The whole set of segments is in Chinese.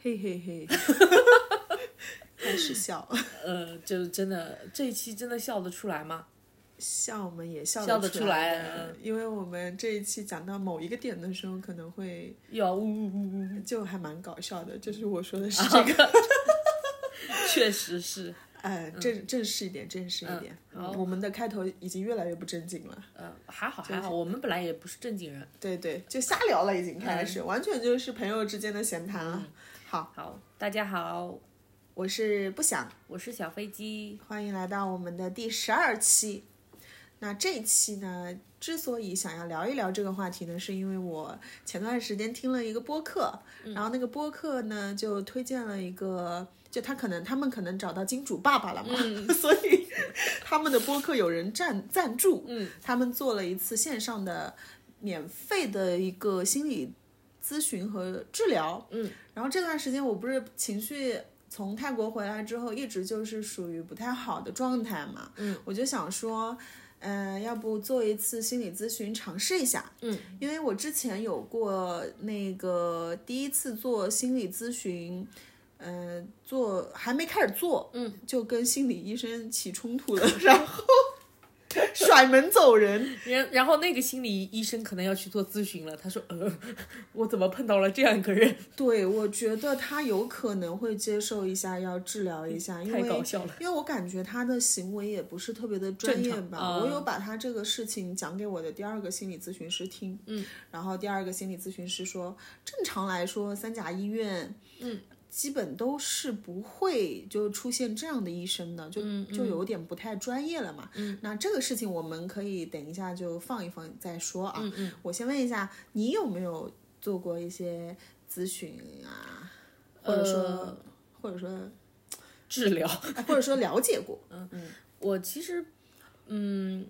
嘿嘿 嘿，还是笑，呃，就是真的这一期真的笑得出来吗？ 笑我们也笑笑得得嗯出来的因为我们这一期讲到某一个点的时候，可能会又要呜呜呜呜，就还蛮搞笑的。就是我说的是这个，确实是，呃，正正式一点，正式一点。嗯我们的开头已经越来越不正经了。呃，还好还好，我们本来也不是正经人。对对，就瞎聊了，已经开始，完全就是朋友之间的闲谈了。好，好，大家好，我是不想。我是小飞机，欢迎来到我们的第十二期。那这一期呢，之所以想要聊一聊这个话题呢，是因为我前段时间听了一个播客，然后那个播客呢就推荐了一个，就他可能他们可能找到金主爸爸了嘛， 所以他们的播客有人赞赞助，嗯，他们做了一次线上的免费的一个心理咨询和治疗，嗯，然后这段时间我不是情绪从泰国回来之后，一直就是属于不太好的状态嘛。嗯，我就想说，嗯、要不做一次心理咨询尝试一下。嗯，因为我之前有过那个第一次做心理咨询，嗯、做还没开始做，嗯，就跟心理医生起冲突了， 然后甩门走人。然然后那个心理医生可能要去做咨询了，他说，呃， 我怎么碰到了这样一个人？ 对，我觉得他有可能会接受一下，要治疗一下，因太为搞笑因为我感觉他的行为也不是特别的专业正常吧。啊我有把他这个事情讲给我的第二个心理咨询师听，嗯，然后第二个心理咨询师说，正常来说，三甲医院，嗯。基本都是不会就出现这样的医生的，就、就有点不太专业了嘛。嗯、那这个事情我们可以等一下就放一放再说啊。嗯嗯、我先问一下，你有没有做过一些咨询啊，或者说、呃或者说治疗。哎或者说了解 过？嗯我其实，嗯，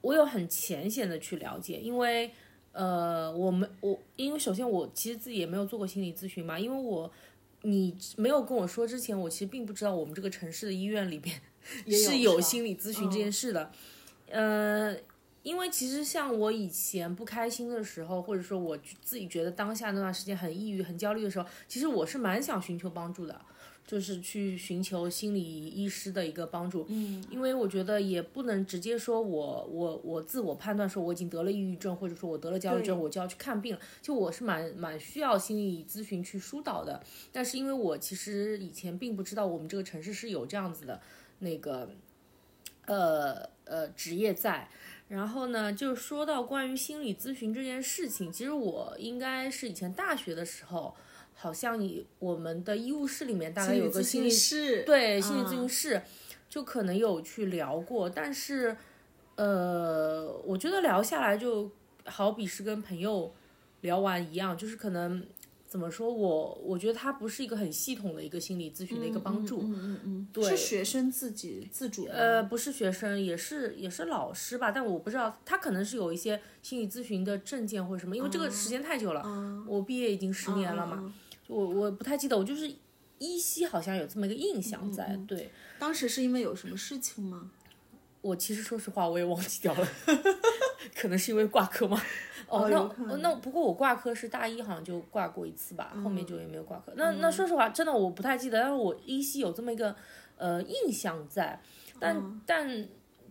我有很浅显的去了解，因为，呃，我们我因为首先我其实自己也没有做过心理咨询嘛，因为我你没有跟我说之前，我其实并不知道我们这个城市的医院里边也有是是有吧嗯心理咨询这件事的，呃。因为其实像我以前不开心的时候，或者说我自己觉得当下那段时间很抑郁、很焦虑的时候，其实我是蛮想寻求帮助的，就是去寻求心理医师的一个帮助。嗯，因为我觉得也不能直接说我我我自我判断说我已经得了抑郁症，或者说我得了焦虑症，我就要去看病了。就我是蛮蛮需要心理咨询去疏导的，但是因为我其实以前并不知道我们这个城市是有这样子的那个呃呃职业在。然后呢，就是说到关于心理咨询这件事情，其实我应该是以前大学的时候，好像以我们的医务室里面大概有个心理师，嗯对心理咨询室，就可能有去聊过，但是呃，我觉得聊下来就好比是跟朋友聊完一样，就是可能怎么说我我觉得它不是一个很系统的一个心理咨询的一个帮助，嗯嗯嗯，对是学生自己自主的吗，呃，不是学生，也是也是老师吧，但我不知道他可能是有一些心理咨询的证件或者什么，因为这个哦时间太久了，嗯我毕业已经十年了嘛，就我我不太记得，我就是依稀好像有这么一个印嗯象在，对。当时是因为有什么事情吗？我其实说实话，我也忘记掉了， 可能是因为挂科吗？哦，那有可哦那不过我挂科是大一好像就挂过一次吧，后面嗯就也没有挂科。那那说实话，真的我不太记得，但是我依稀有这么一个呃印象在，但、嗯但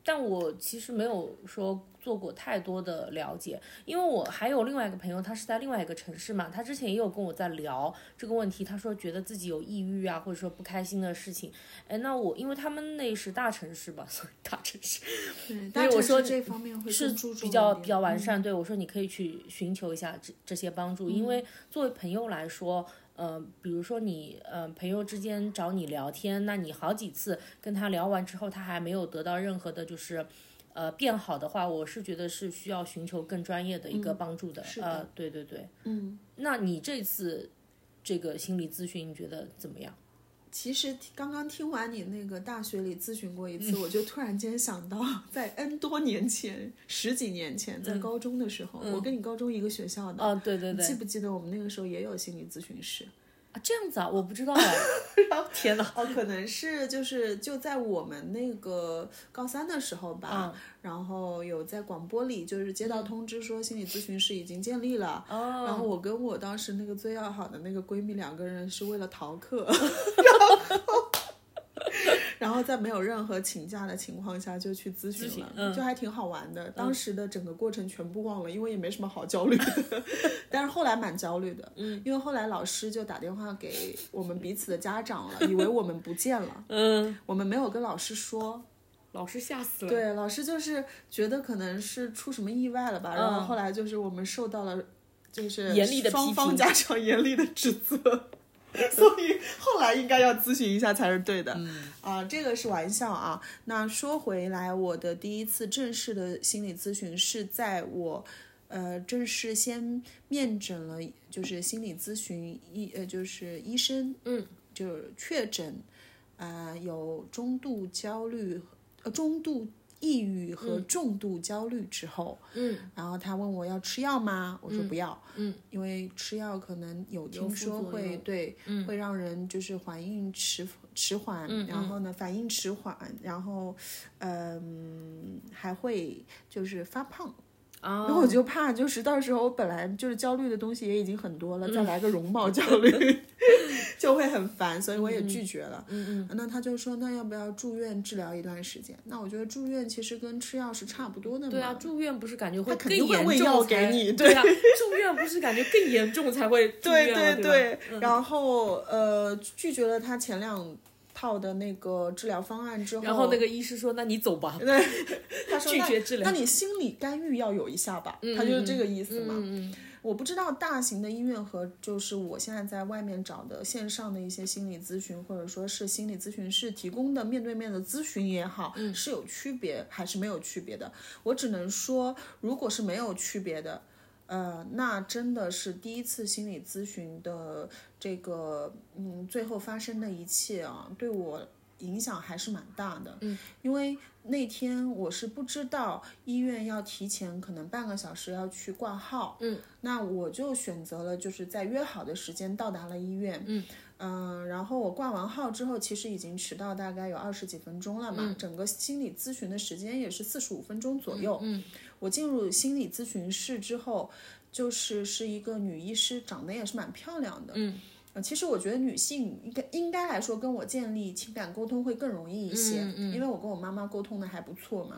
但我其实没有说做过太多的了解，因为我还有另外一个朋友，他是在另外一个城市嘛，他之前也有跟我在聊这个问题，他说觉得自己有抑郁啊，或者说不开心的事情。哎，那我因为他们那是大城市吧， 所以大城市对，以但我说这方面会是更注重比较一点嗯比较完善。对我说，你可以去寻求一下这这些帮助，因为嗯作为朋友来说。呃，比如说你，呃，朋友之间找你聊天，那你好几次跟他聊完之后，他还没有得到任何的，就是，呃，变好的话，我是觉得是需要寻求更专业的一个帮助的。嗯是的呃，对对对。嗯，那你这次这个心理咨询，你觉得怎么样？其实听刚刚听完你那个大学里咨询过一嗯次，我就突然间想到， 在 N 多年前，十几年前，嗯在高中的时候，我跟你高中一个学校的，哦，对对你对记，不记得我们那个时候也有心理咨询师？啊，这样子啊，我不 知道哎。然后天哪，哦，可能是就是就在我们那个高三的时候吧，嗯然后有在广播里就是接到通知说心理咨询室已经建立了，哦然后我跟我当时那个最要好的那个闺蜜两个人是为了逃课， 然后。 然后在没有任何请假的情况下就去咨询了，询嗯就还挺好玩的。当时的整个过程全部忘了，因为也没什么好焦虑的。但是后来蛮焦虑的，嗯，因为后来老师就打电话给我们彼此的家长了，以为我们不见了，嗯，我们没有跟老师说。老师吓死了。对，老师就是觉得可能是出什么意外了吧，然后后来就是我们受到了。就是严厉的批双评方家长严厉的指责，所以后来应该要咨询一下才是对的。嗯啊，这个是玩笑啊。那说回来，我的第一次正式的心理咨询是在我，呃，正式先面诊了，就是心理咨询医，呃，就是医生，嗯，就是确诊，啊，有中度焦虑，呃，中度抑郁和重度焦虑之后，嗯，然后他问我要吃药吗？我说不要，嗯因为吃药可能有有听副说作会用嗯对，会让人就是反应迟迟缓，嗯然后呢反应迟缓，然后嗯还会就是发胖。啊，然后我就怕，就是到时候本来就是焦虑的东西也已经很多嗯了，再来个容貌焦 虑，就会很烦，所以我也嗯拒绝了。嗯嗯。那他就说，那要不要住院治疗一段时间？那我觉得住院其实跟吃药是差不多的嘛。对啊，住院不是感觉会他肯更定会严喂重药才给你对啊，住院不是感觉更严重才会住对院啊对对吧，然后呃，拒绝了他前两套的那个治疗方案之后，然后那个医师说：“那你走吧。他说拒那绝治疗那你心理干预要有一下吧，嗯”他就是嗯这个意思嘛。嗯嗯我不知道大型的医院和就是我现在在外面找的线上的一些心理咨询，或者说是心理咨询室提供的面对面的咨询也好，嗯是有区别还是没有区别的？我只能说，如果是没有区别的，呃，那真的是第一次心理咨询的这个，嗯，最后发生的一切啊，对我影响还是蛮大的。嗯，因为那天我是不知道医院要提前可能半个小时要去挂号，嗯，那我就选择了就是在约好的时间到达了医院，嗯。然后我挂完号之后，其实已经迟到大概有二十几分钟了嘛，整个心理咨询的时间也是四十五分钟左右。嗯我进入心理咨询室之后，就是是一个女医师，长得也是蛮漂亮的。嗯呃，其实我觉得女性应该应该来说，跟我建立情感沟通会更容易一些，嗯嗯因为我跟我妈妈沟通的还不错嘛。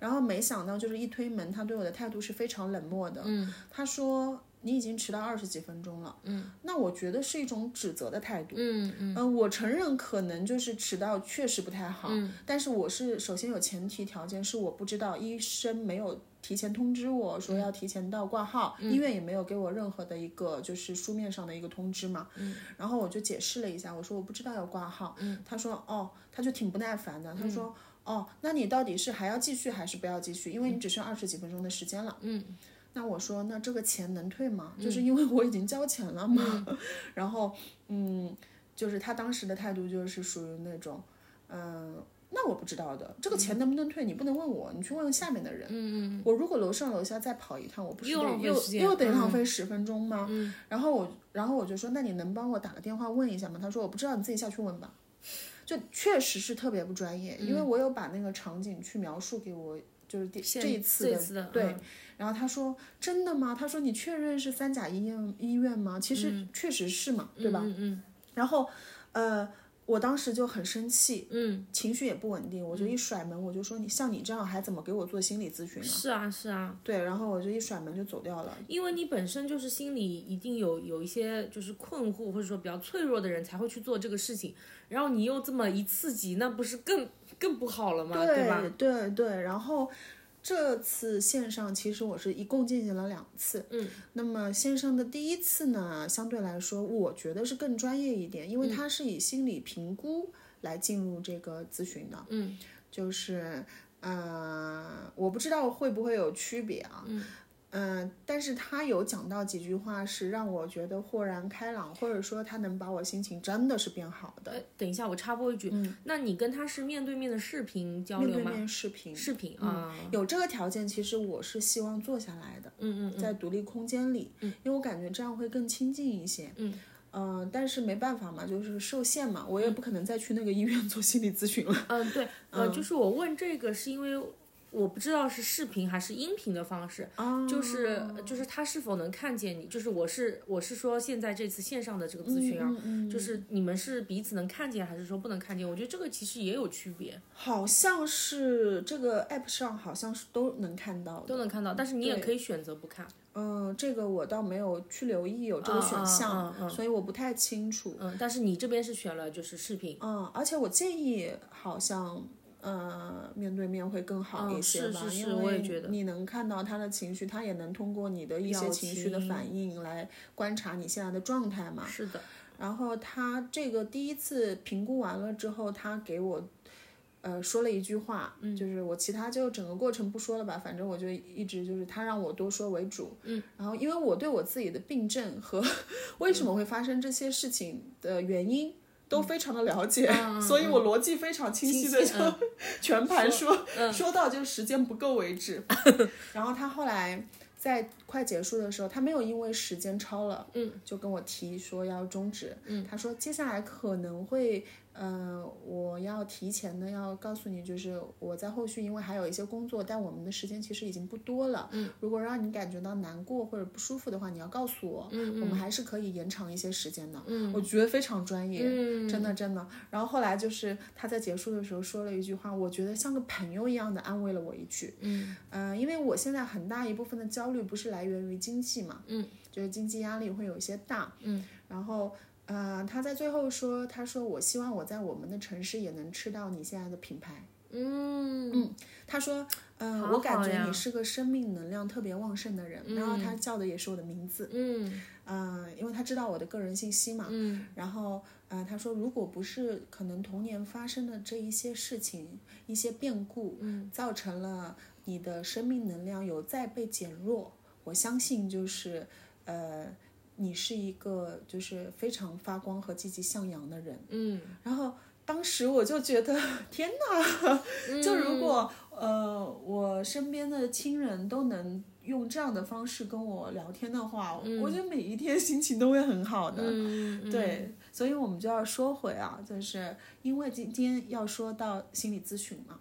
然后没想到就是一推门，她对我的态度是非常冷漠的。嗯她说：“你已经迟到二十几分钟了。”嗯，那我觉得是一种指责的态度。嗯嗯嗯、我承认可能就是迟到确实不太好，嗯但是我是首先有前提条件是我不知道医生没有提前通知我嗯说要提前到挂号，医院也没有给我任何的一个就是书面上的一个通知嘛，嗯然后我就解释了一下，我说我不知道要挂号，他说哦，他就挺不耐烦嗯的，他说。哦，那你到底是还要继续还是不要继续？因为你只剩二十几分钟的时间了。嗯，那我说，那这个钱能退吗？就是因为我已经交钱了嘛。 然后，嗯，就是他当时的态度就是属于那种，嗯、那我不知道的，这个钱能不能退，你不能问我，你去问问下面的人。嗯嗯嗯我如果楼上楼下再跑一趟，我不是又得浪费又时间又得嗯浪费十分钟吗？嗯然后我然后我就说，那你能帮我打个电话问一下吗？他说我不知道，你自己下去问吧。就确实是特别不专业，嗯因为我有把那个场景去描述给我，就是第现这一次这的一次的对。嗯然后他说真的吗？他说你确认是三甲医院医院吗？其实确实是嘛，对吧？嗯嗯然后呃，我当时就很生气，嗯，情绪也不稳定，我就一甩门，我就说你像你这样还怎么给我做心理咨询嗯呢？是啊是啊，对，然后我就一甩门就走掉了。因为你本身就是心里一定有有一些就是困惑或者说比较脆弱的人才会去做这个事情，然后你又这么一刺激，那不是更更不好了吗？对吧？对对，然后这次线上其实我是一共进行了两次，嗯，那么线上的第一次呢，相对来说我觉得是更专业一点，嗯因为它是以心理评估来进入这个咨询的，嗯，就是呃，我不知道会不会有区别啊。嗯但是他有讲到几句话，是让我觉得豁然开朗，或者说他能把我心情真的是变好的。呃，等一下，我插播一句，那你跟他是面对面的视频交面流对吗？面视频，视频啊，有这个条件，其实我是希望做下来的，嗯嗯在独立空间里，因为我感觉这样会更亲近一些。嗯，嗯、但是没办法嘛，就是受限嘛，我也不可能再去那个医院做心理咨询 了。嗯，对，呃，就是我问这个是因为我不知道是视频还是音频的方式，啊就是就是他是否能看见你，就是我是我是说现在这次线上的这个咨询嗯啊，就是你们是彼此能看见还是说不能看见？我觉得这个其实也有区别，好像是这个 app 上好像是都能看到的。都能看到，但是你也可以选择不看。嗯，这个我倒没有去留意有这个选项，啊啊啊啊所以我不太清楚。嗯，但是你这边是选了就是视频，嗯，而且我建议好像。呃，面对面会更好嗯一些是吧，是是因我也为觉得你能看到他的情绪，他也能通过你的一些表情绪的情反应来观察你现在的状态嘛。是的，然后他这个第一次评估完了之后，他给我，呃，说了一句话，嗯就是我其他就整个过程不说了吧，反正我就一直就是他让我多说为主，嗯，然后因为我对我自己的病症和 为什么会发生这些事情的原因。都非常的了解，嗯嗯嗯所以我逻辑非常清晰的清晰就、 全盘说，嗯说到就时间不够为 止。然后他后来在快结束的时候，他没有因为时间超了，嗯，就跟我提说要终止，嗯，他说接下来可能会，呃，我要提前的要告诉你，就是我在后续因为还有一些工作，但我们的时间其实已经不多了，嗯，如果让你感觉到难过或者不舒服的话，你要告诉我，嗯，我们还是可以延长一些时间的，嗯，我觉得非常专业，嗯真的真的。然后后来就是他在结束的时候说了一句话，我觉得像个朋友一样的安慰了我一句。嗯，呃，因为我现在很大一部分的焦虑不是来源于经济嘛，嗯，就是经济压力会有一些大，嗯，然后。呃，他在最后说，他说我希望我在我们的城市也能吃到你现在的品牌。嗯他说，嗯、好我感好觉呀你是个生命能量特别旺盛的人。然后他叫的也是我的名字，嗯嗯、因为他知道我的个人信息嘛，嗯然后，呃，他说，如果不是可能童年发生的这一些事情、一些变故，嗯，造成了你的生命能量有再被减弱，我相信就是，呃，你是一个就是非常发光和积极向阳的人。嗯，然后当时我就觉得，天哪！嗯就如果呃我身边的亲人都能用这样的方式跟我聊天的话，我觉得每一天心情都会很好的。嗯，对，所以我们就要说回啊，就是因为今天要说到心理咨询嘛，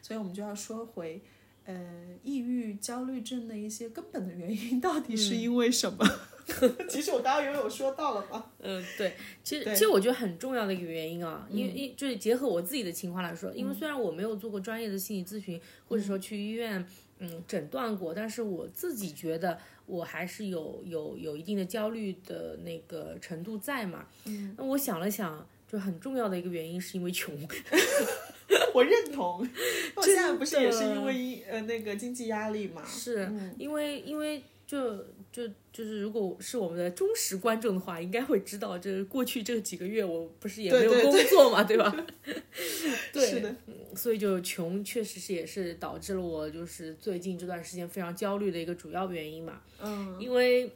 所以我们就要说回，呃，抑郁、焦虑症的一些根本的原因到底嗯是因为什么？ 其实我刚刚也有说到了吧？嗯，对，其实对嗯其实我觉得很重要的一个原因啊，因为因就是结合我自己的情况来说，因为虽然我没有做过专业的心理咨询，或者说去医院嗯诊断过，但是我自己觉得我还是有有有一定的焦虑的那个程度在嘛。嗯，那我想了想，就很重要的一个原因是因为穷，我认 同，我现在不是也是真的因为一呃那个经济压力嘛？嗯是、因为因为就就就是如果是我们的忠实观众的话，应该会知道，这过去这几个月我不是也对没有对工作嘛，对吧？对，是的，所以就穷确实是也是导致了我就是最近这段时间非常焦虑的一个主要原因嘛，嗯因为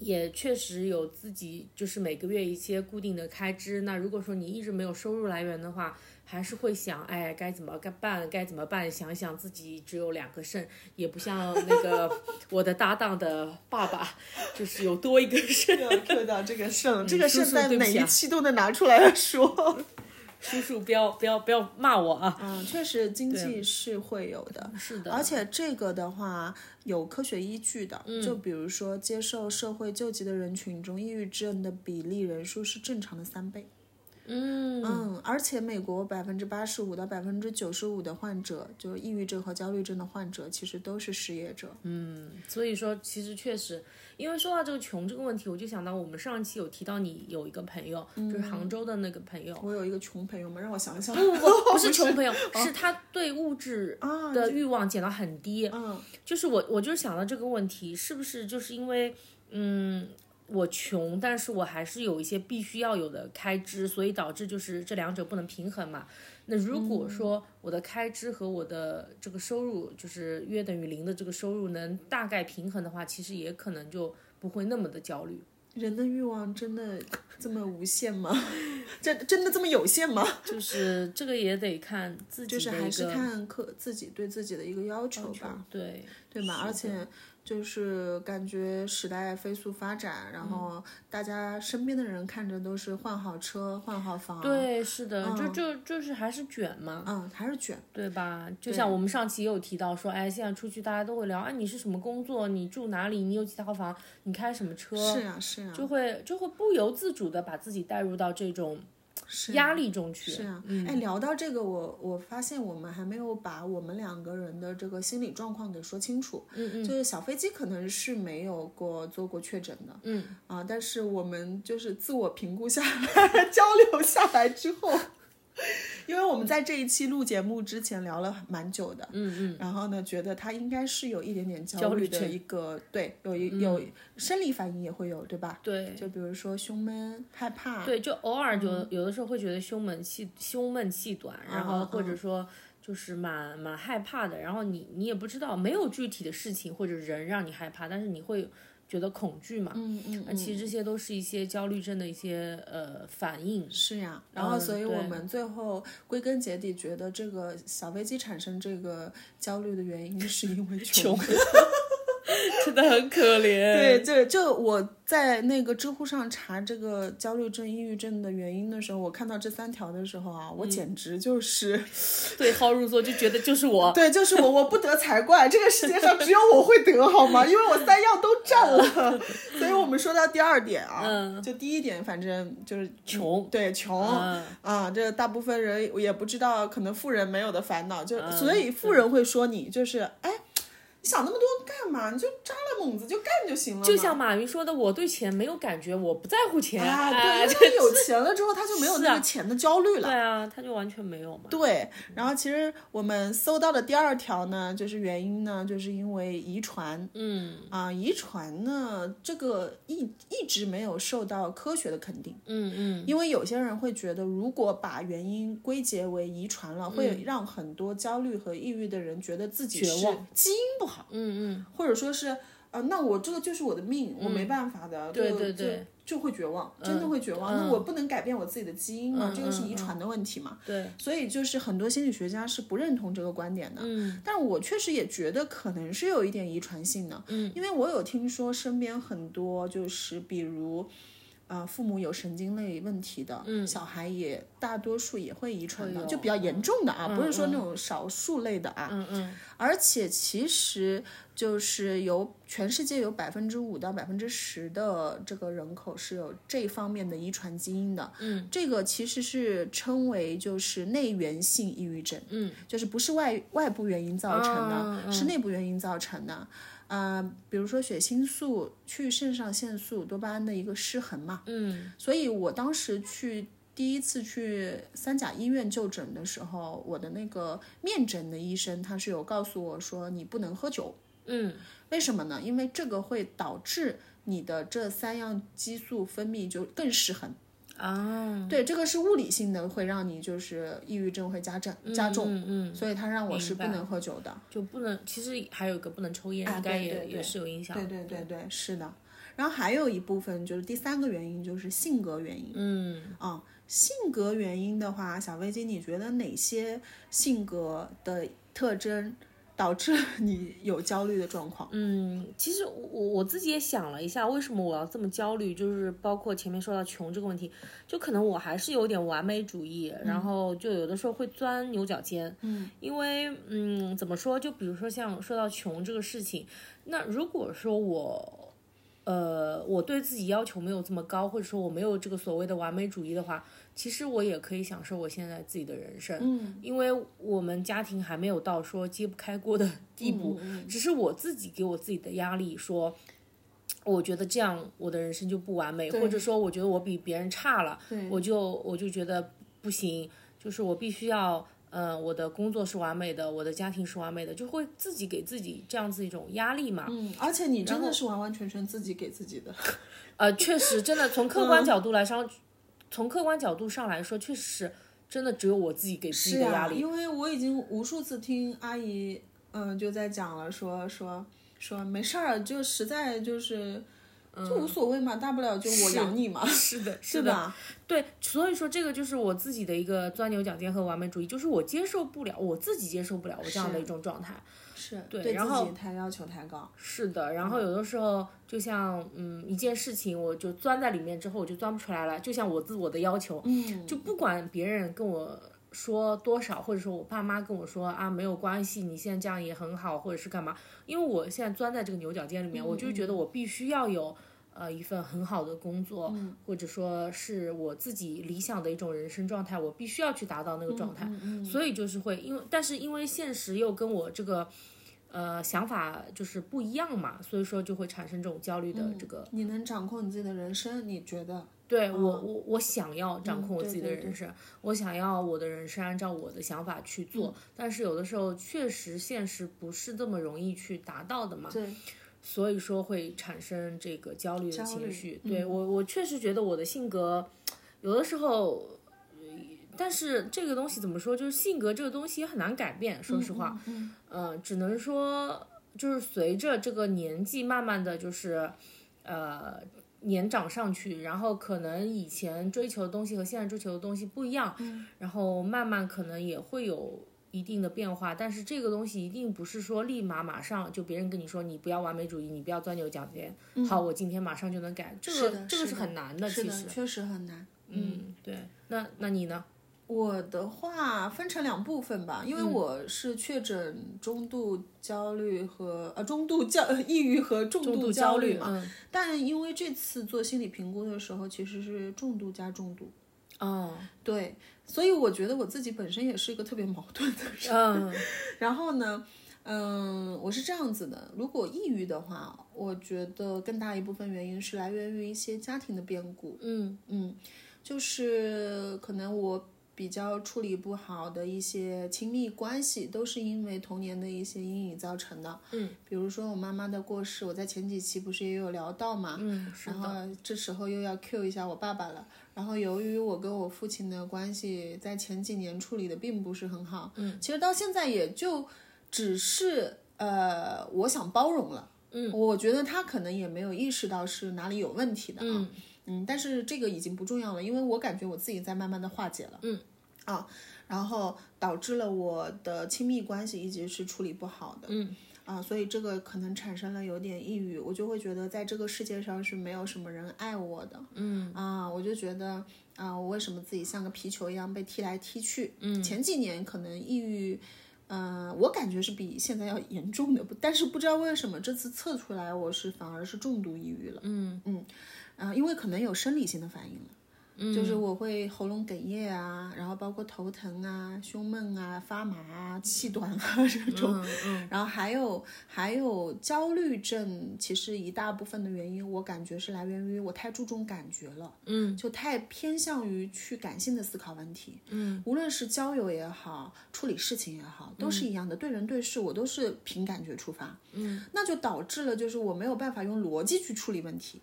也确实有自己就是每个月一些固定的开支，那如果说你一直没有收入来源的话，还是会想，哎，该怎么该办该怎么办？想想自己只有两个肾，也不像 那个我的搭档的爸爸，就是有多一个 肾。又要 Q 到这个肾了，这个叔肾叔在对不每起一啊期都能拿出来说。叔叔，不要不要不要骂我啊！嗯，确实经济是会有的，是的而且这个的话有科学依据的，嗯就比如说接受社会救济的人群中，抑郁症的比例人数是正常的三倍。嗯嗯，而且美国百分之八十五到百分之九十五的患者，就是抑郁症和焦虑症的患者，其实都是失业者。所以说，其实确实，因为说到这个穷这个问题，我就想到我们上一期有提到你有一个朋友，就是杭州的那个 朋友，我有一个穷朋友们，让我 想想，不不不，不是哦穷朋友，是他对物质啊的欲望减到很低。嗯就是我，我就是想到这个问题，是不是就是因为，嗯，我穷，但是我还是有一些必须要有的开支，所以导致就是这两者不能平衡嘛。那如嗯果说我的开支和我的这个收入就是约等于零的这个收入能大概平衡的话，其实也可能就不会那么的焦虑。人的欲望真的这么无限吗？ 这真的这么有限吗？就是这个也得看自己就是的还一是个看客自己对自己的一个要求吧。对对吧？而且就是感觉时代飞速发展，然后大家身边的人看着都是换好车、换好房，对，是的，就就就是还是卷嘛，嗯，还是卷，对吧？就像我们上期也有提到说，哎，现在出去大家都会聊，啊，你是什么工作？你住哪里？你有几套房？你开什么车？是呀、是啊呀、就会就会不由自主的把自己带入到这种是啊压力中去。是啊，哎，聊到这个，我我发现我们还没有把我们两个人的这个心理状况给说清楚。嗯嗯，就是小飞机可能是没有过做过确诊的，嗯啊，但是我们就是自我评估下来、 交流下来之后，因为我们在这一期录节目之前聊了蛮久的，嗯嗯，然后呢，觉得他应该是有一点点焦焦虑虑的症嗯一个，对，有一有生理反应也会有，对吧？啊对。就比如说胸闷、害怕，对，就偶尔就嗯有的时候会觉得胸闷气胸闷气短，然后或嗯者说就是蛮蛮害怕的，然后你你也不知道没有具体的事情或者人让你害怕，但是你会觉得恐惧嘛？嗯嗯那其实这些都是一些焦虑症的一些呃反应。是呀，然后嗯所以我对们最后归根结底觉得这个小飞机产生这个焦虑的原因是因 为穷。 真的很可怜。对，对，就我在那个知乎上查这个焦虑症、抑郁症的原因的时候，我看到这三条的时候啊，我嗯简直就是，对号入座就觉得就是我。对，就是我，我不得才怪，这个世界上只有我会得，好 吗？因为我三样都占了。 所以我们说到第二点啊，嗯就第一点，反正就是穷，对，穷。嗯啊，这大部分人也不知道，可能富人没有的烦恼，就、嗯所以富人会说你就是，哎，你想那么多干嘛？你就扎了猛子就干就行了嘛。就像马云说的，我对钱没有感觉，我不在乎钱。啊，对，哎因为他有钱了之后，他就没有啊那个钱的焦虑了对。啊，他就完全没有嘛。对，然后其实我们搜到的第二条呢，就是原因呢，就是因为遗传嗯啊、遗传呢这个一一直没有受到科学的肯定。嗯嗯，因为有些人会觉得，如果把原因归结为遗传了，会让很多焦虑和抑郁的人觉得自己嗯绝是望基因不好，嗯嗯，嗯或者说是，呃，那我这个就是我的命，我没办法的，对就对就对就会绝望，真的会绝望。那我不能改变我自己的基因嘛，嗯这个是嗯遗传的问题嘛。对，所以就是很多心理学家是不认同这个观点的。嗯，但我确实也觉得可能是有一点遗传性的。嗯，因为我有听说身边很多就是比如。呃，父母有神经类问题的，嗯，小孩也大多数也会遗传会的，有就比较严重的啊，哎嗯不是说那种少数类的啊。嗯嗯而且其实就是有全世界有百分之五到百分之十的这个人口是有这方面的遗传基因的，嗯，这个其实是称为就是内源性抑郁症，嗯，就是不是外外部原因造成的，啊是内部原因造成的。呃，比如说血清素去肾上腺素、多巴胺的一个失衡嘛，嗯所以我当时去第一次去三甲医院就诊的时候，我的那个面诊的医生他是有告诉我说你不能喝酒，嗯为什么呢？因为这个会导致你的这三样激素分泌就更失衡。啊，对，这个是物理性的，会让你就是抑郁症会加重加重，嗯嗯，所以他让我是不明白能喝酒的。就不能，其实还有一个不能抽烟，啊应该对也对对也是有影响。对对对对，是的。然后还有一部分就是第三个原因，就是性格原因。嗯，啊、性格原因的话，小飞机，你觉得哪些性格的特征导致你有焦虑的状况？嗯，其实我我我自己也想了一下，为什么我要这么焦虑？就是包括前面说到穷这个问题，就可能我还是有点完美主义，然后就有的时候会钻牛角尖。嗯，因为嗯，怎么说？就比如说像说到穷这个事情，那如果说我。呃，我对自己要求没有这么高，或者说我没有这个所谓的完美主义的话，其实我也可以享受我现在自己的人生。嗯，因为我们家庭还没有到说揭不开锅的地步，只是我自己给我自己的压力，说我觉得这样我的人生就不完美，或者说我觉得我比别人差了，我就我就觉得不行，就是我必须要。呃，我的工作是完美的，我的家庭是完美的，就会自己给自己这样子一种压力嘛。嗯，而且你真的是完完全全自己给自己的。呃，确实，真的从客观角度来上，从客观角度上来说，确实是真的只有我自己给自己是的呀、压力。因为我已经无数次听阿姨，嗯，就在讲了说，说说没事儿，就实在就是。就无所谓嘛，大不了就我养你嘛，啊是 的，是对的，吧？对，所以说这个就是我自己的一个钻牛角尖和完美主义，就是我接受不了，我自己接受不了我这样的一种状态。是对对然自后己太要求太高，是的，然后有的时候就像嗯一件事情，我就钻在里面之后我就钻不出来了，就像我自我的要求，嗯，就不管别人跟我说多少，或者说我爸妈跟我说啊没有关系，你现在这样也很好，或者是干嘛，因为我现在钻在这个牛角尖里面，我就觉得我必须要有。呃，一份很好的工作，或者说是我自己理想的一种人生状态，我必须要去达到那个嗯状态，所以就是会因为，但是因为现实又跟我这个呃想法就是不一样嘛，所以说就会产生这种焦虑的这个。你能掌控你自己的人生，你觉得？对我，我我想要掌控嗯我对自己的对对人生，我想要我的人生按照我的想法去嗯做，但是有的时候确实现实不是这么容易去达到的嘛，对，所以说会产生这个焦虑的焦情虑嗯绪。对我，我确实觉得我的性格有的时候，呃但是这个东西怎么说，就是性格这个东西也很难改变。说实话，嗯，嗯、只能说就是随着这个年纪慢慢的就是，呃，年长上去，然后可能以前追求的东西和现在追求的东西不一样，嗯然后慢慢可能也会有一定的变化，但是这个东西一定不是说立马马上就别人跟你说你不要完美主义，你不要钻牛角尖，好，我今天马上就能改，这嗯是个的这个是是的很难的，是其的，实，确啊实很难。嗯，对，那那你呢？我的话分成两部分吧，因为我是确诊中度焦虑和呃中度焦抑郁和呃重重度度焦虑嘛，嗯，但因为这次做心理评估的时候其实是重度加重度，哦，对，所以我觉得我自己本身也是一个特别矛盾的人。 嗯，然后呢，嗯，我是这样子的，如果抑郁的话，我觉得更大一部分原因是来源于一些家庭的变故。嗯嗯，就是可能我比较处理不好的一些亲密关系，都是因为童年的一些阴影造成的。嗯，比如说我妈妈的过世，我在前几期不是也有聊到嘛。嗯，是然的，后这时候又要 Q 一下我爸爸了。然后由于我跟我父亲的关系，在前几年处理的并不是很好，嗯，其实到现在也就只是呃，我想包容了，嗯，我觉得他可能也没有意识到是哪里有问题的啊，嗯但是这个已经不重要了，因为我感觉我自己在慢慢的化解了，嗯，啊，然后导致了我的亲密关系一直是处理不好的，嗯。啊，所以这个可能产生了有点抑郁，我就会觉得在这个世界上是没有什么人爱我的，嗯啊，我就觉得啊，我为什么自己像个皮球一样被踢来踢去？嗯，前几年可能抑郁，嗯、我感觉是比现在要严重的，但是不知道为什么这次测出来我是反而是重度抑郁了，嗯嗯，啊，因为可能有生理性的反应了。就是我会喉咙哽咽啊，然后包括头疼啊、胸闷啊、发麻啊、气短啊 这种，然后还有还有焦虑症，其实一大部分的原因，我感觉是来源于我太注重感觉了，嗯，就太偏向于去感性的思考问题，嗯，无论是交友也好，处理事情也好，都是一样的，对人对事我都是凭感觉出发，嗯，那就导致了就是我没有办法用逻辑去处理问题，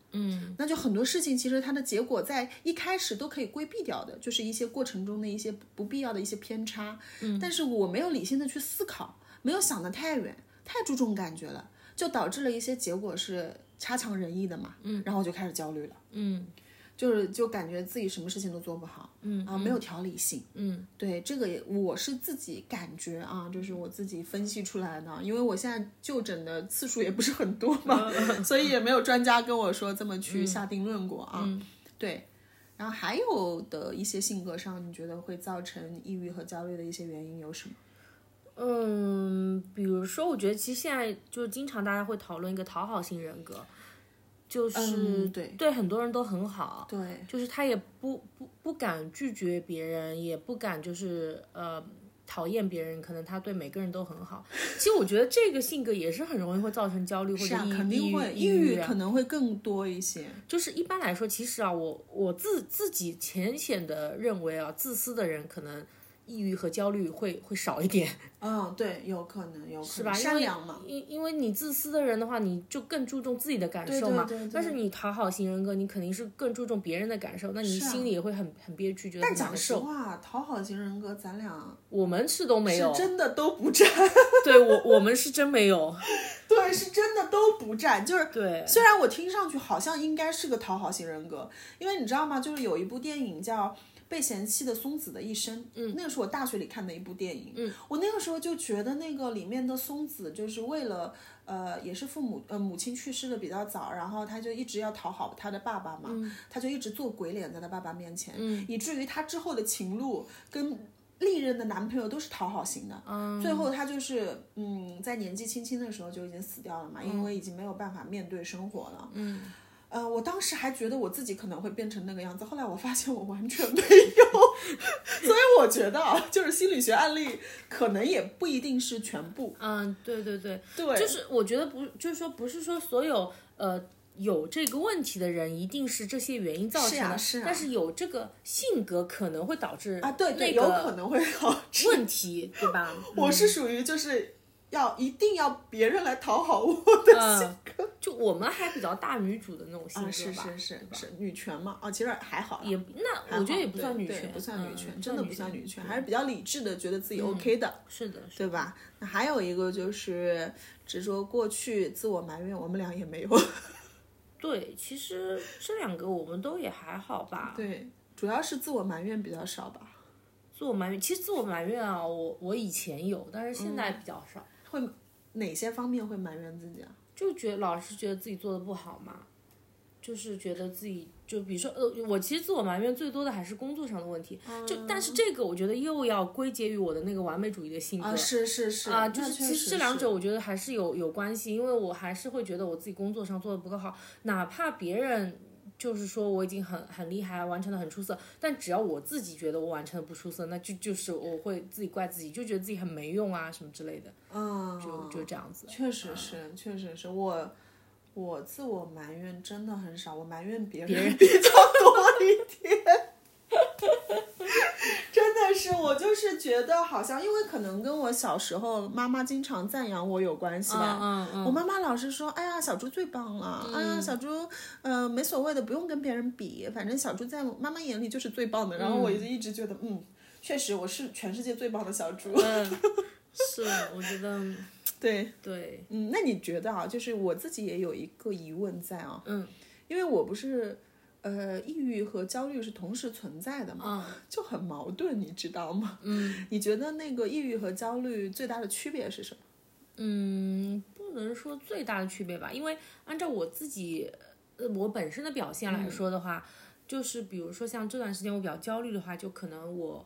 那就很多事情其实它的结果在一开始都可以规避掉的，就是一些过程中的一些不必要的一些偏差。嗯，但是我没有理性的去思考，没有想得太远，太注重感觉了，就导致了一些结果是差强人意的嘛。嗯，然后我就开始焦虑了。嗯就是就感觉自己什么事情都做不好，嗯啊，没有条理性，嗯，对，这个也我是自己感觉啊，就是我自己分析出来的，因为我现在就诊的次数也不是很多嗯嘛，所以也没有专家跟我说这么去下定论过啊，嗯对。然后还有的一些性格上，你觉得会造成抑郁和焦虑的一些原因有什么？嗯，比如说，我觉得其实现在就经常大家会讨论一个讨好型人格，就是、嗯对对很多人都很好，对，就是他也不不不敢拒绝别人，也不敢就是呃讨厌别人，可能他对每个人都很好。其实我觉得这个性格也是很容易会造成焦虑或是者啊，抑肯定抑会，郁抑郁郁啊可能会更多一些，就是一般来说，其实啊，我我自自己浅显的认为啊，自私的人可能抑郁和焦虑会会少一点。嗯，对，有可能，有可能是吧？因善为良嘛，因因为你自私的人的话，你就更注重自己的感对受对嘛。对对但是你讨好型人格，你肯定是更注重别人的感受，那你是啊心里也会很很憋屈，觉得但很讲难实受。话，讨好型人格咱俩我们是都没 有是，真的都不占，对我我们是真没有。 对，是真的都不占，就是对虽然我听上去好像应该是个讨好型人格，因为你知道吗？就是有一部电影叫《被嫌弃的松子的一生》，嗯，那个是我大学里看的一部电影，嗯，我那个时候就觉得那个里面的松子就是为了。呃，也是父母呃母亲去世的比较早，然后他就一直要讨好他的爸爸嘛，他就一直做鬼脸在他爸爸面前，以至于他之后的情路跟历任的男朋友都是讨好型的，最后他就是嗯，在年纪轻轻的时候就已经死掉了嘛，因为已经没有办法面对生活了。嗯，呃，我当时还觉得我自己可能会变成那个样子，后来我发现我完全没有， 所以我觉得啊，就是心理学案例可能也不一定是全部。嗯，对对对，对就是我觉得不，就是说不是说所有呃有这个问题的人一定是这些原因造成的，是啊是啊但是有这个性格可能会导致啊，对对，那有个可能会好。问题，对吧？ 我是属于就是要一定要别人来讨好我的嗯，就我们还比较大女主的那种性格吧，啊是是是对吧是女权嘛？哦，其实还好啦，也那我觉得也不算女对权，不算女嗯权，真的不算女女权，嗯还是比较理智的，觉得自己 OK 的，是的，是的对吧？那还有一个就是执着过去，自我埋怨，我们俩也没有，对，其实这两个我们都也还好吧。对，主要是自我埋怨比较少吧，自我埋怨，其实自我埋怨啊，我我以前有，但是现在比较少，会哪些方面会埋怨自嗯己啊？就觉得老是觉得自己做的不好嘛，就是觉得自己就比如说呃，我其实自我埋怨最多的还是工作上的问题，嗯就但是这个我觉得又要归结于我的那个完美主义的性格。啊，是是是啊，就那是确其实实这两是者我觉得还是有有关系，因为我还是会觉得我自己工作上做的不够好，哪怕别人就是说我已经很很厉害，完成的很出色，但只要我自己觉得我完成的不出色，那就就是我会自己怪自己，就觉得自己很没用啊什么之类的，嗯，就就这样子。确实是，确实是我。我自我埋怨真的很少，我埋怨别人比较多一点。真的是，我就是觉得好像，因为可能跟我小时候妈妈经常赞扬我有关系吧。嗯嗯我妈妈老是说：“哎呀，小猪最棒了！哎呀，小猪，呃，没所谓的，不用跟别人比，反正小猪在妈妈眼里就是最棒的。”然后我就一直觉得，嗯，确实我是全世界最棒的小猪。嗯，是，我觉得 对，对，嗯，那你觉得啊，就是我自己也有一个疑问在啊，嗯因为我不是呃，抑郁和焦虑是同时存在的嘛，嗯就很矛盾，你知道吗？嗯你觉得那个抑郁和焦虑最大的区别是什么？嗯，不能说最大的区别吧，因为按照我自己，呃，我本身的表现嗯来说的话，就是比如说像这段时间我比较焦虑的话，就可能我，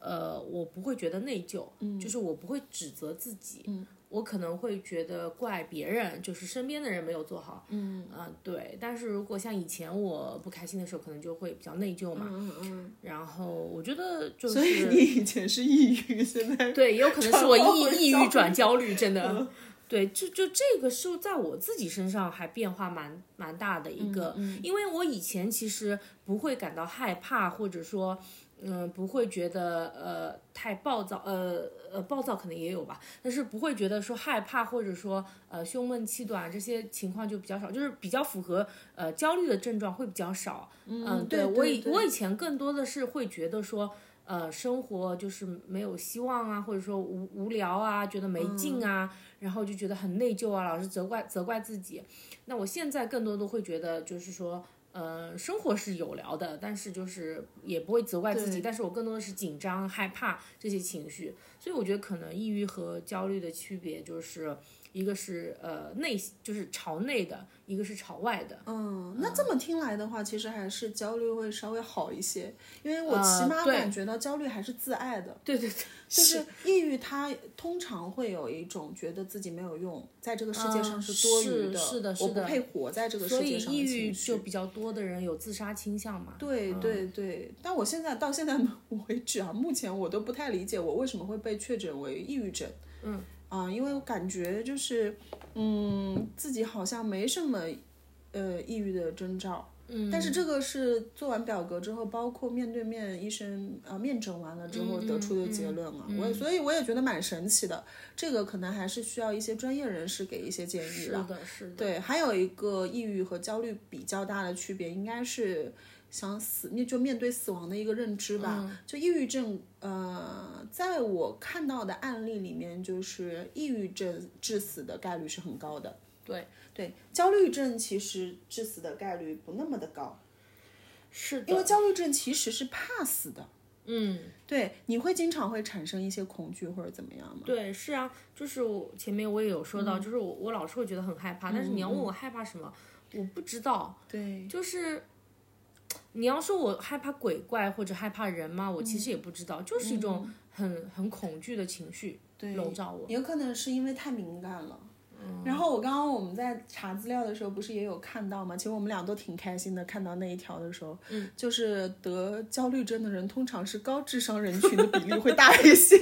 呃，我不会觉得内疚，嗯就是我不会指责自己，我可能会觉得怪别人，就是身边的人没有做好，嗯啊、对。但是如果像以前我不开心的时候，可能就会比较内疚嘛，嗯嗯，然后我觉得就是。所以你以前是抑郁，现在对，也有可能是我转化为抑抑焦虑郁转焦虑，真的。对，就就这个是在我自己身上还变化蛮蛮大的一个，因为我以前其实不会感到害怕，或者说，嗯、不会觉得呃太暴躁，呃呃暴躁可能也有吧，但是不会觉得说害怕，或者说呃胸闷气短这些情况就比较少，就是比较符合呃焦虑的症状会比较少。嗯，对我对以对我以前更多的是会觉得说。呃，生活就是没有希望啊，或者说无无聊啊，觉得没劲啊，嗯然后就觉得很内疚啊，老是责怪责怪自己。那我现在更多的会觉得，就是说，呃，生活是有聊的，但是就是也不会责怪自己，对但是我更多的是紧张、害怕这些情绪。所以我觉得可能抑郁和焦虑的区别就是。一个是呃内就是朝内的，一个是朝外的，嗯，那这么听来的话，其实还是焦虑会稍微好一些，因为我起呃码对感觉到焦虑还是自爱的。对对对，就是抑郁，它通常会有一种觉得自己没有用，在这个世界上多余嗯是是的我是不的配活在这个世所以界上的抑郁嗯情就绪。比较多的人有自杀倾向嘛。对对对，但我现在到现在为止啊，目前我都不太理解我为什么会被确诊为抑郁症。嗯啊，因为我感觉就是，嗯，自己好像没什么，呃，抑郁的征兆。嗯，但是这个是做完表格之后，包括面对面医生啊、呃面诊完了之后嗯得出的嗯结嗯论啊，我也所以我也觉得蛮神奇的。这个可能还是需要一些专业人士给一些建议是了。的，是的，对，还有一个抑郁和焦虑比较大的区别，应该是想死，面就面对死亡的一个认知吧。嗯就抑郁症，呃，在我看到的案例里面，就是抑郁症致死的概率是很高的。对对，焦虑症其实致死的概率不那么的高，是的，因为焦虑症其实是怕死的。嗯，对，你会经常会产生一些恐惧或者怎么样吗？对，是啊，就是我前面我也有说嗯到，就是我我老是会觉得很害怕，但是你要问我害怕什么，我不知道，对，就是。你要说我害怕鬼怪或者害怕人吗？我嗯其实也不知道，就是一种很、很恐惧的情绪笼罩 我。嗯有可能是因为太敏感了。然后我刚刚我们在查资料的时候，不是也有看到吗？其实我们俩都挺开心的，看到那一条的时候，嗯，就是得焦虑症的人通常是高智商人群的比例会大一些。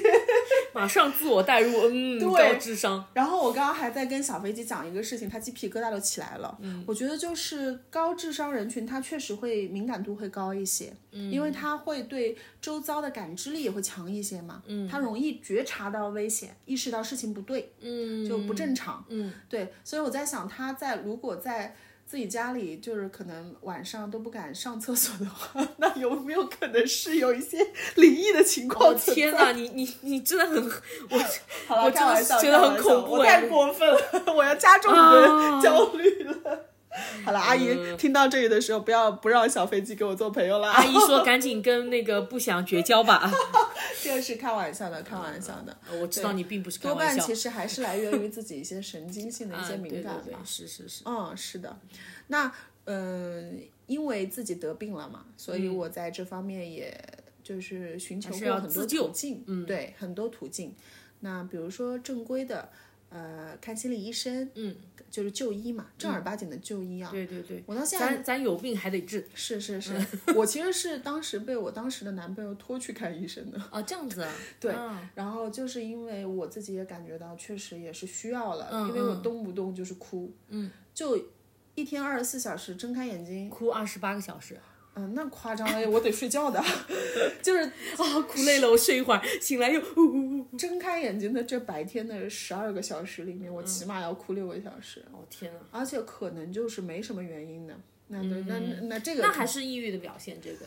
马上自我代入， 嗯，高智商。然后我刚刚还在跟小飞机讲一个事情，他鸡皮疙瘩都起来了。嗯，我觉得就是高智商人群，他确实会敏感度会高一些，嗯，因为他会对周遭的感知力也会强一些嘛，嗯，他容易觉察到危险，意识到事情不对，嗯，就不正常，嗯，对，所以我在想，他在如果在。自己家里就是可能晚上都不敢上厕所的话， 那有没有可能是有一些灵异的情我、况存在？天哪，你你你真的很， 我 好了，我真开的玩笑，觉开得很玩笑恐怖我哎太过分了， 我要加重你的焦虑了。好了，阿姨听到这里的时候，不要不让小飞机给我做朋友了。阿姨说赶紧跟那个不想绝 交吧。这个是开玩笑的，开玩笑的。我知道你并不是开多玩半笑，其实还是来源于自己一些神经性嗯的一啊些敏感吧。对对对，是是是，嗯，是的。那嗯、因为自己得病了嘛，所以我在这方面也就是寻求嗯还是过要很自多救途径，嗯对，很多途径。那比如说正规的，呃，看心理医生，嗯，就是就医嘛，正儿八经的就医啊。对对对。嗯我到现在咱咱有病还得治是是是，我其实是当时被我当时的男朋友拖去看医生的。啊，这样子啊，对啊然后就是因为我自己也感觉到，确实也是需要了，嗯因为我嗯动不动就是哭，嗯，就一天二十四小时睁开眼睛，哭二十八个小时，嗯、那夸张了，我得睡觉的， 就是啊，哭累了，我睡一会儿，醒来又呜呜呜。睁开眼睛的这白天的十二个小时里面，我嗯起码要哭六个小时，哦天哪，而且可能就是没什么原因的。那对那那那这个那还是抑郁的表现，这个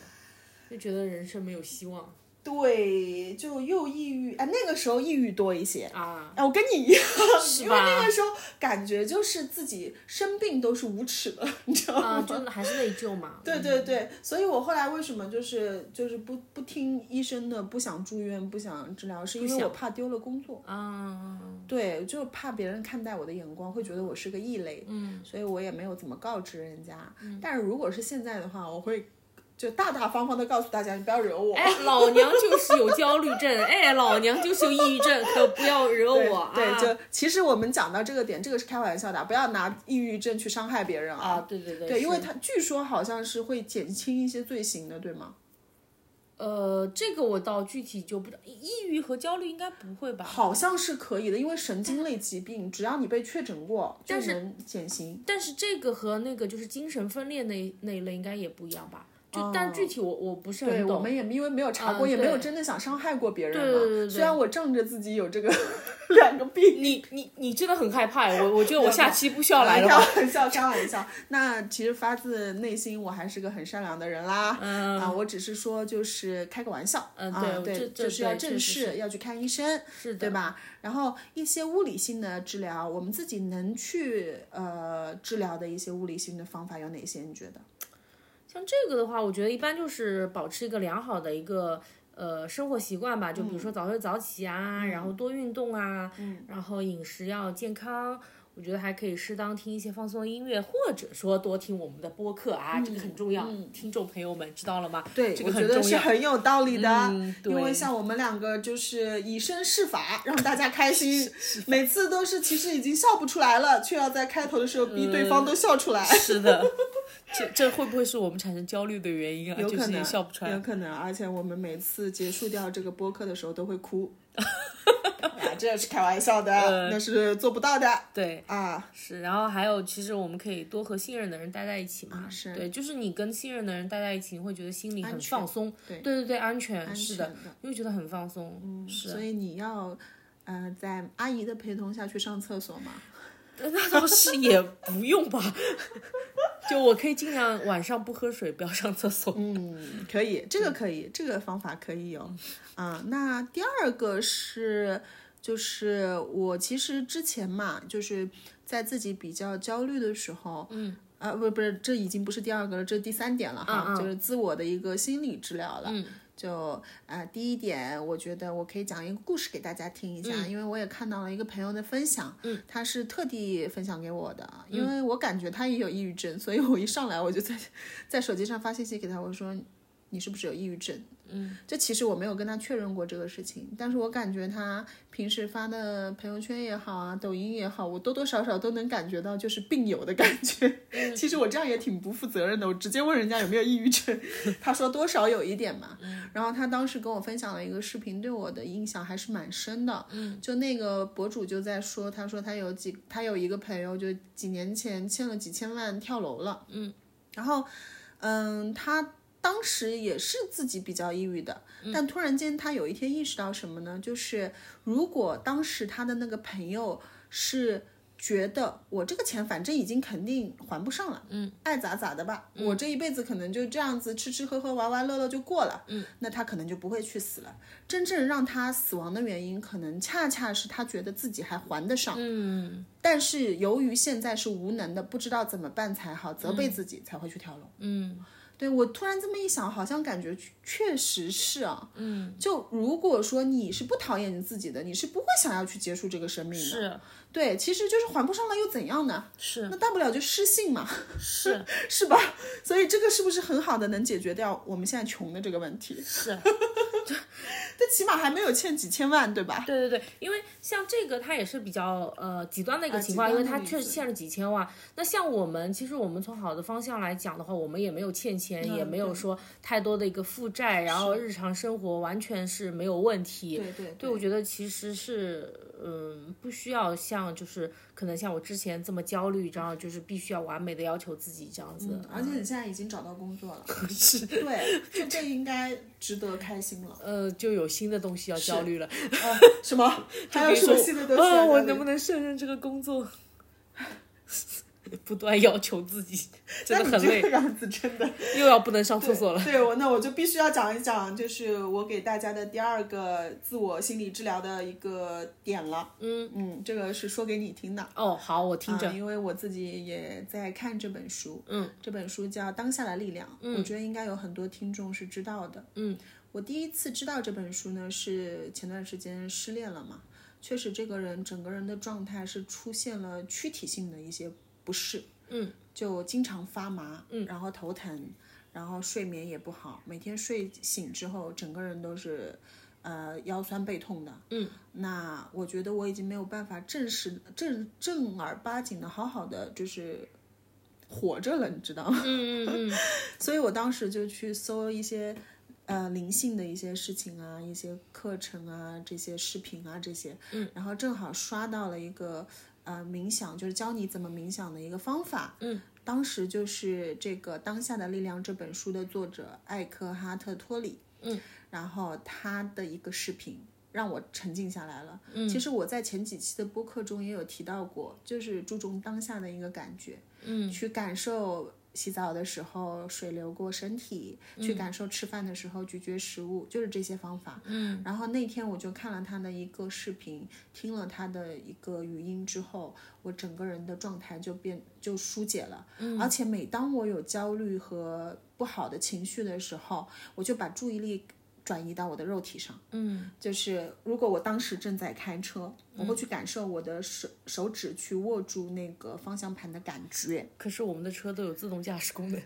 就觉得人生没有希望对，就又抑郁，哎，那个时候抑郁多一些。 啊，哎，我跟你一样，是因为那吧？个时候感觉就是自己生病都是无耻的，你知道吗？啊，就还是内疚嘛。对对对，所以我后来为什么就是就是不不听医生的，不想住院，不想治疗，是因为我怕丢了 工作。啊，对，就怕别人看待我的眼光会觉得我是个异类，嗯，所以我也没有怎么告知人家。嗯但是如果是现在的话，我会就大大方方的告诉大家，你不要惹我。哎，老娘就是有焦虑症，哎，老娘就是有抑郁症，可不要惹对我啊！对，就其实我们讲到这个点，这个是开玩笑的，不要拿抑郁症去伤害别人啊，。对对对对，因为是他据说好像是会减轻一些罪行的，对吗？呃，这个我倒具体就不知道，抑郁和焦虑应该不会吧？好像是可以的，因为神经类疾病，只要你被确诊过，就但是能减刑。但是这个和那个就是精神分裂那那一类应该也不一样吧？就、但具体我我不是哦对，很我懂。们也因为没有查过，嗯也没有对真的想伤害过别人嘛。对对对对虽然我仗着自己有这个 两个病，你你你真的很害怕哎，我我觉 得我下期不需要来了开吧？玩笑，开玩笑。那其实发自内心，我还是个很善良的人啦。嗯啊，我只是说就是开个玩笑。嗯啊，对这这就是要对正确视，实要去看医生。是的，对吧？然后一些物理性的治疗，我们自己能去呃治疗的一些物理性的方法有哪些？你觉得？像这个的话，我觉得一般就是保持一个良好的一个呃生活习惯吧，就比嗯如说早睡早起啊，然后多运动啊，然后饮食要健康。我觉得还可以适当听一些放松的音乐，或者说多听我们的播客啊，这个很重要。听众朋友们知道了吗？嗯对，这我个觉很得重是要。很有道理的，嗯对因为像我们两个就是以身试法，让大家开心，每次都是其实已经笑不出来了，却要在开头的时候逼对方都笑出来，嗯是的， 这这会不会是我们产生焦虑的原因啊？有就可是能也笑不出有来。可能，而且我们每次结束掉这个播客的时候都会 哭，啊，这是开玩笑的，那是做不到的嗯对，啊，是，然后还有，其实我们可以多和信任的人待在一起嘛。啊是对，就是你跟信任的人待在一起，你会觉得心里很放松。对对对对，安全是安全的，你会觉得很放松。嗯，所是。以你要。呃，在阿姨的陪同下去上厕所嘛？那倒是也不用吧。就我可以尽量晚上不喝水，不要上厕所。嗯，可以，这个可以，这个方法可以有。啊、那第二个是，就是我其实之前嘛，就是在自己比较焦虑的时候，嗯，啊，不，不是，这已经不是第二个了，这是第三点了哈，嗯嗯就是自我的一个心理治疗了。就啊、第一点，我觉得我可以讲一个故事给大家听一下，因为我也看到了一个朋友的分享，嗯，他是特地分享给我的，因为我感觉他也有抑郁症，所以我一上来我就在在手机上发信息给他，我说你是不是有抑郁症？嗯，这其实我没有跟他确认过这个事情，但是我感觉他平时发的朋友圈也好啊，抖音也好，我多多少少都能感觉到就是病友的感觉。其实我这样也挺不负责任的，我直接问人家有没有抑郁症，他说多少有一点嘛。然后他当时跟我分享了一个视频，对我的印象还是蛮深的。嗯，就那个博主就在说，他说他有几，他有一个朋友就几年前欠了几千万跳楼了。嗯，然后嗯，他当时也是自己比较抑郁的，但突然间他有一天意识到什么呢？就是如果当时他的那个朋友是。觉得我这个钱反正已经肯定还不上了，嗯，爱咋咋的吧，嗯我这一辈子可能就这样子吃吃喝喝玩玩乐乐就过了，嗯，那他可能就不会去死了。真正让他死亡的原因，可能恰恰是他觉得自己还还得上，嗯但是由于现在是无能的，不知道怎么办才好，责备自己才会去跳楼。嗯对我突然这么一想，好像感觉确确实是啊。嗯，就如果说你是不讨厌你自己的，你是不会想要去结束这个生命的。是对，其实就是还不上了又怎样呢？啊是那大不了就失信嘛，是是吧？所以这个是不是很好的能解决掉我们现在穷的这个问题？是，但起码还没有欠几千万，对吧？对对对，因为像这个它也是比较呃极端的一个啊情况，极因为端的它例确实子欠了几千万。那像我们，其实我们从好的方向来讲的话，我们也没有欠钱，也嗯没有对说太多的一个负债，然后日常生活完全是没有问题。对对对，我觉得其实是，嗯，不需要像就是可能像我之前这么焦虑，然后就是必须要完美的要求自己这样子。嗯而且你现在已经找到工作了， 是对，就这应该值得开心了。呃，就有新的东西要焦虑了。啊、什么？还有比如什说么新的东西啊，要我了解能不能胜任这个工作？ 不断要求自己，真那的你很这个累，样子真 的，又要不能上厕所了。对我，那我就必须要讲一讲，就是我给大家的第二个自我心理治疗的一个点了。嗯嗯，这个是说给你听的。哦，好，我听着。啊因为我自己也在看这本书，嗯，这本书叫《当下的力量》，我觉得应该有很多听众是知道的，嗯，我第一次知道这本书呢，是前段时间失恋了嘛，确实这个人整个人的状态是出现了躯体性的一些不适，嗯，就经常发麻，嗯，然后头疼，然后睡眠也不好，每天睡醒之后，整个人都是。呃，腰酸背痛的，那我觉得我已经没有办法正式正正儿八经的好好的就是活着了，你知道吗？嗯嗯嗯， 所以我当时就去搜一些呃灵性的一些事情啊，一些课程啊，这些视频啊这些，嗯，然后正好刷到了一个呃冥想，就是教你怎么冥想的一个方法，嗯。当时就是这个《当下的力量》这本书的作者艾克哈特·托里，嗯，然后他的一个视频让我沉静下来了。嗯，其实我在前几期的播客中也有提到过，就是注重当下的一个感觉，嗯，去感受洗澡的时候水流过身体，去感受吃饭的时候咀嚼食物，就是这些方法。嗯，然后那天我就看了他的一个视频，听了他的一个语音之后，我整个人的状态就变就疏解了。嗯，而且每当我有焦虑和不好的情绪的时候，我就把注意力。转移到我的肉体上，嗯，就是如果我当时正在开车，我会去感受我的手手指去握住那个方向盘的感觉，可是我们的车都有自动驾驶功能。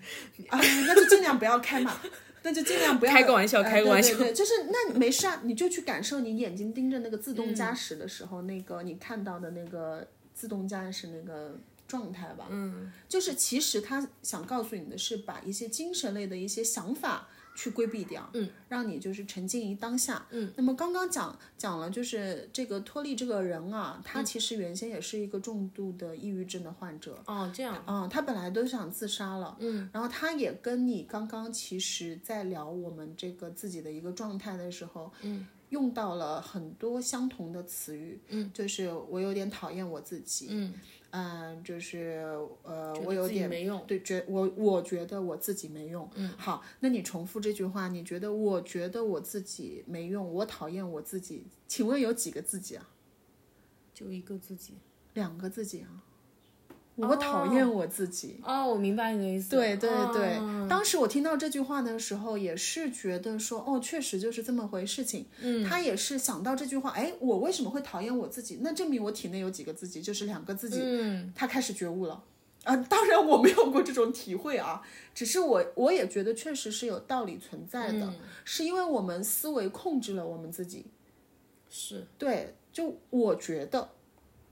啊，那就尽量不要开嘛，那就尽量不要开个玩笑呃开个玩笑对对对，就是那没事啊，你就去感受你眼睛盯着那个自嗯动驾驶的时候，那个你看到的那个自动驾驶那个状态吧。嗯，就是其实他想告诉你的是，把一些精神类的一些想法。去规避掉，嗯，让你就是沉浸于当下，嗯。那么刚刚讲讲了，就是这个托利这个人啊，嗯他其实原先也是一个重度的抑郁症的患者，哦，这样。嗯，他本来都想自杀了，嗯，然后他也跟你刚刚其实在聊我们这个自己的一个状态的时候，嗯，用到了很多相同的词语，嗯，就是我有点讨厌我自己，嗯，嗯，就是呃，觉得我有自己点没用对，觉我我觉得我自己没用。嗯，好，那你重复这句话，你觉得我觉得我自己没用，我讨厌我自己，请问有几个自己啊？就一个自己。两个自己啊？我讨厌我自己。哦，我明白你的意思。对对对，哦当时我听到这句话的时候，也是觉得说，哦，确实就是这么回事情。嗯，他也是想到这句话，哎，我为什么会讨厌我自己？那证明我体内有几个自己，就是两个自己。嗯，他开始觉悟了。啊，当然我没有过这种体会啊，只是我我也觉得确实是有道理存在的，嗯是因为我们思维控制了我们自己。是，对，就我觉得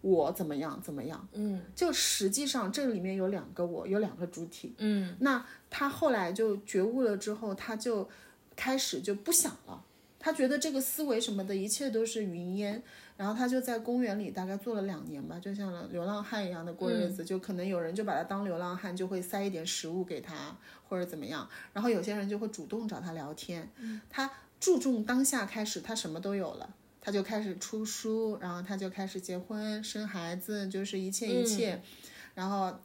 我怎么样怎么样，嗯就实际上这里面有两个我，有两个主体。嗯，那他后来就觉悟了之后，他就开始就不想了。他觉得这个思维什么的，一切都是云烟。然后他就在公园里大概坐了两年吧，就像流浪汉一样的过日嗯子。就可能有人就把他当流浪汉，就会塞一点食物给他，或者怎么样。然后有些人就会主动找他聊天。他注重当下开始，他什么都有了。他就开始出书，然后他就开始结婚生孩子，就是一切一切。然后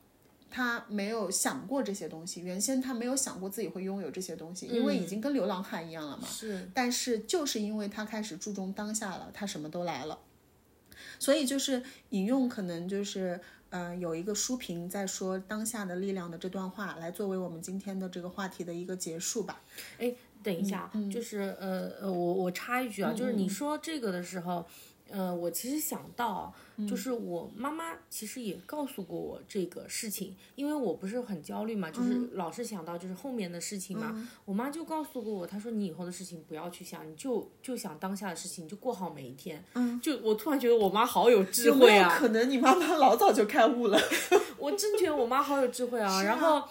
他没有想过这些东西，原先他没有想过自己会拥有这些东西，因为已经跟流浪汉一样了嘛。是，但是就是因为他开始注重当下了，他什么都来了，所以就是引用可能就是呃有一个书评在说当下的力量的这段话，来作为我们今天的这个话题的一个结束吧。哎，等一下，就是呃呃，我我插一句啊，就是你说这个的时候，呃，我其实想到，啊就是我妈妈其实也告诉过我这个事情，因为我不是很焦虑嘛，就是老是想到就是后面的事情嘛，我妈就告诉过我，她说你以后的事情不要去想，你就就想当下的事情，你就过好每一天。嗯，就我突然觉得我妈好有智慧啊，可能你妈妈老早就开悟了。 我真觉得我妈好有智慧啊。然后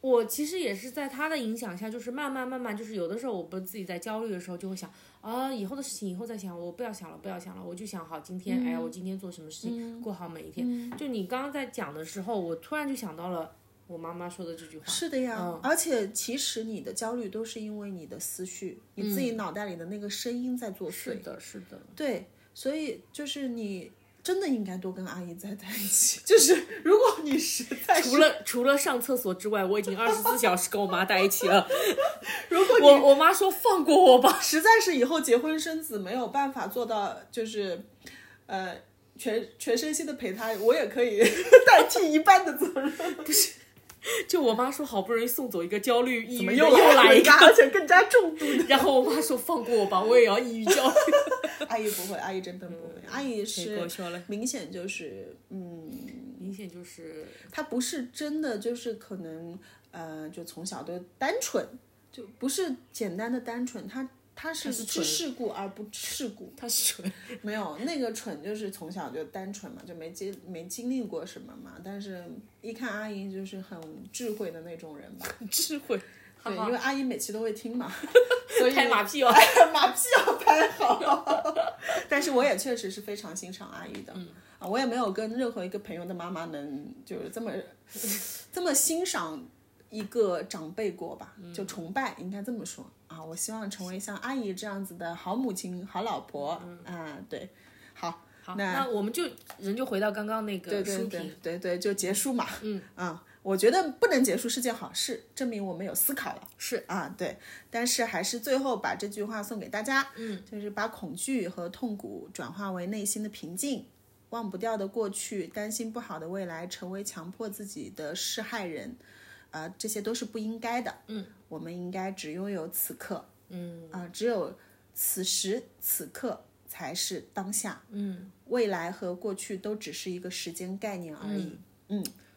我其实也是在她的影响下，就是慢慢慢慢，就是有的时候我不是自己在焦虑的时候，就会想啊，以后的事情以后再想，我不要想了，不要想了，我就想好今天，哎呀，我今天做什么事情，过好每一天。就你刚刚在讲的时候，我突然就想到了我妈妈说的这句 话。是的呀，嗯而且其实你的焦虑都是因为你的思绪，你自己脑袋里的那个声音在作是祟。的，是的，对，所以就是你真的应该多跟阿姨在在一 起。就是如果你实在是，除了除了上厕所之外，我已经二十四小时跟我妈在一起了。如果你我我妈说放过我 吧，实在是以后结婚生子没有办法做到，就是呃全全身心的陪她，我也可以 代替一半的责任。就我妈说好不容易送走一个焦虑抑郁的，又又来一个，而且更加重 度的。然后我妈说放过我吧，我也要抑郁焦虑。阿姨不会，阿姨真的不会，嗯阿姨太是搞笑了明显就是嗯。 明显就是他不是真的，就是可能，呃，就从小都单纯，就不是简单的单纯，他他是他是知蠢世故而不世故，他是蠢，没有那个蠢就是从小就单纯嘛，就没经没经历过什么嘛，但是一看阿姨就是很智慧的那种人吧，很智 慧，对，哈因哈为阿姨每期都会听嘛，所以拍马屁哦。 马屁要拍好。 但是我也确实是非常欣赏阿姨的，啊，我也没有跟任何一个朋友的妈妈能就是这么 这么欣赏一个长辈过吧，就崇拜应该这么说啊。我希望成为像阿姨这样子的好母亲、好老婆、啊，对，好，好，那我们就人就回到刚刚那对个对书对评，对对，就结束嘛，嗯啊。我觉得不能结束是件好事，证明我们有思考了。是啊，对，但是还是最后把这句话送给大家，嗯，就是把恐惧和痛苦转化为内心的平静，忘不掉的过去，担心不好的未来，成为强迫自己的施害人，啊、这些都是不应该的，嗯，我们应该只拥有此刻，嗯，啊、只有此时此刻才是当下，嗯，未来和过去都只是一个时间概念而已，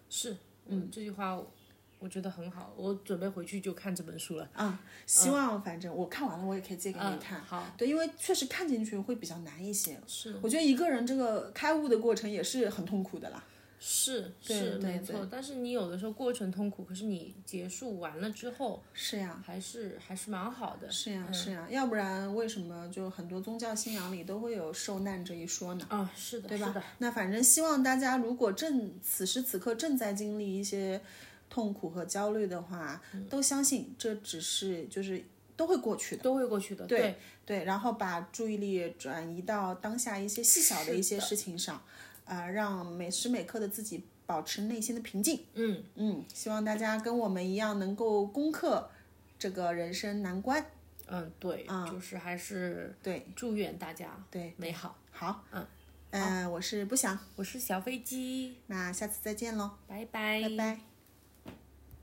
是，嗯，这句话我我觉得很好，我准备回去就看这本书了。啊，希望反正我看完了，我也可以借给你嗯看。好，对，因为确实看进去会比较难一些。是我觉得一个人这个开悟的过程也是很痛苦的啦。是对是对没错，但是你有的时候过程痛苦，可是你结束完了之后，是呀，还是还是蛮哦好的。嗯是呀，是呀，要不然为什么就很多宗教信仰里都会有受难这一说呢？啊，是的，对是吧的，？那反正希望大家如果正此时此刻正在经历一些痛苦和焦虑的话，嗯都相信这只是就是都会过去的。都会过去的。对，对，然后把注意力转移到当下一些细小的一些是的事情上，啊、让每时每刻的自己保持内心的平静。嗯，嗯，希望大家跟我们一样能够攻克这个人生难关。嗯，对，就是还是啊对祝愿大家对美好。好，嗯，呃，我是不想，我是小飞机，那下次再见喽，拜拜，拜拜。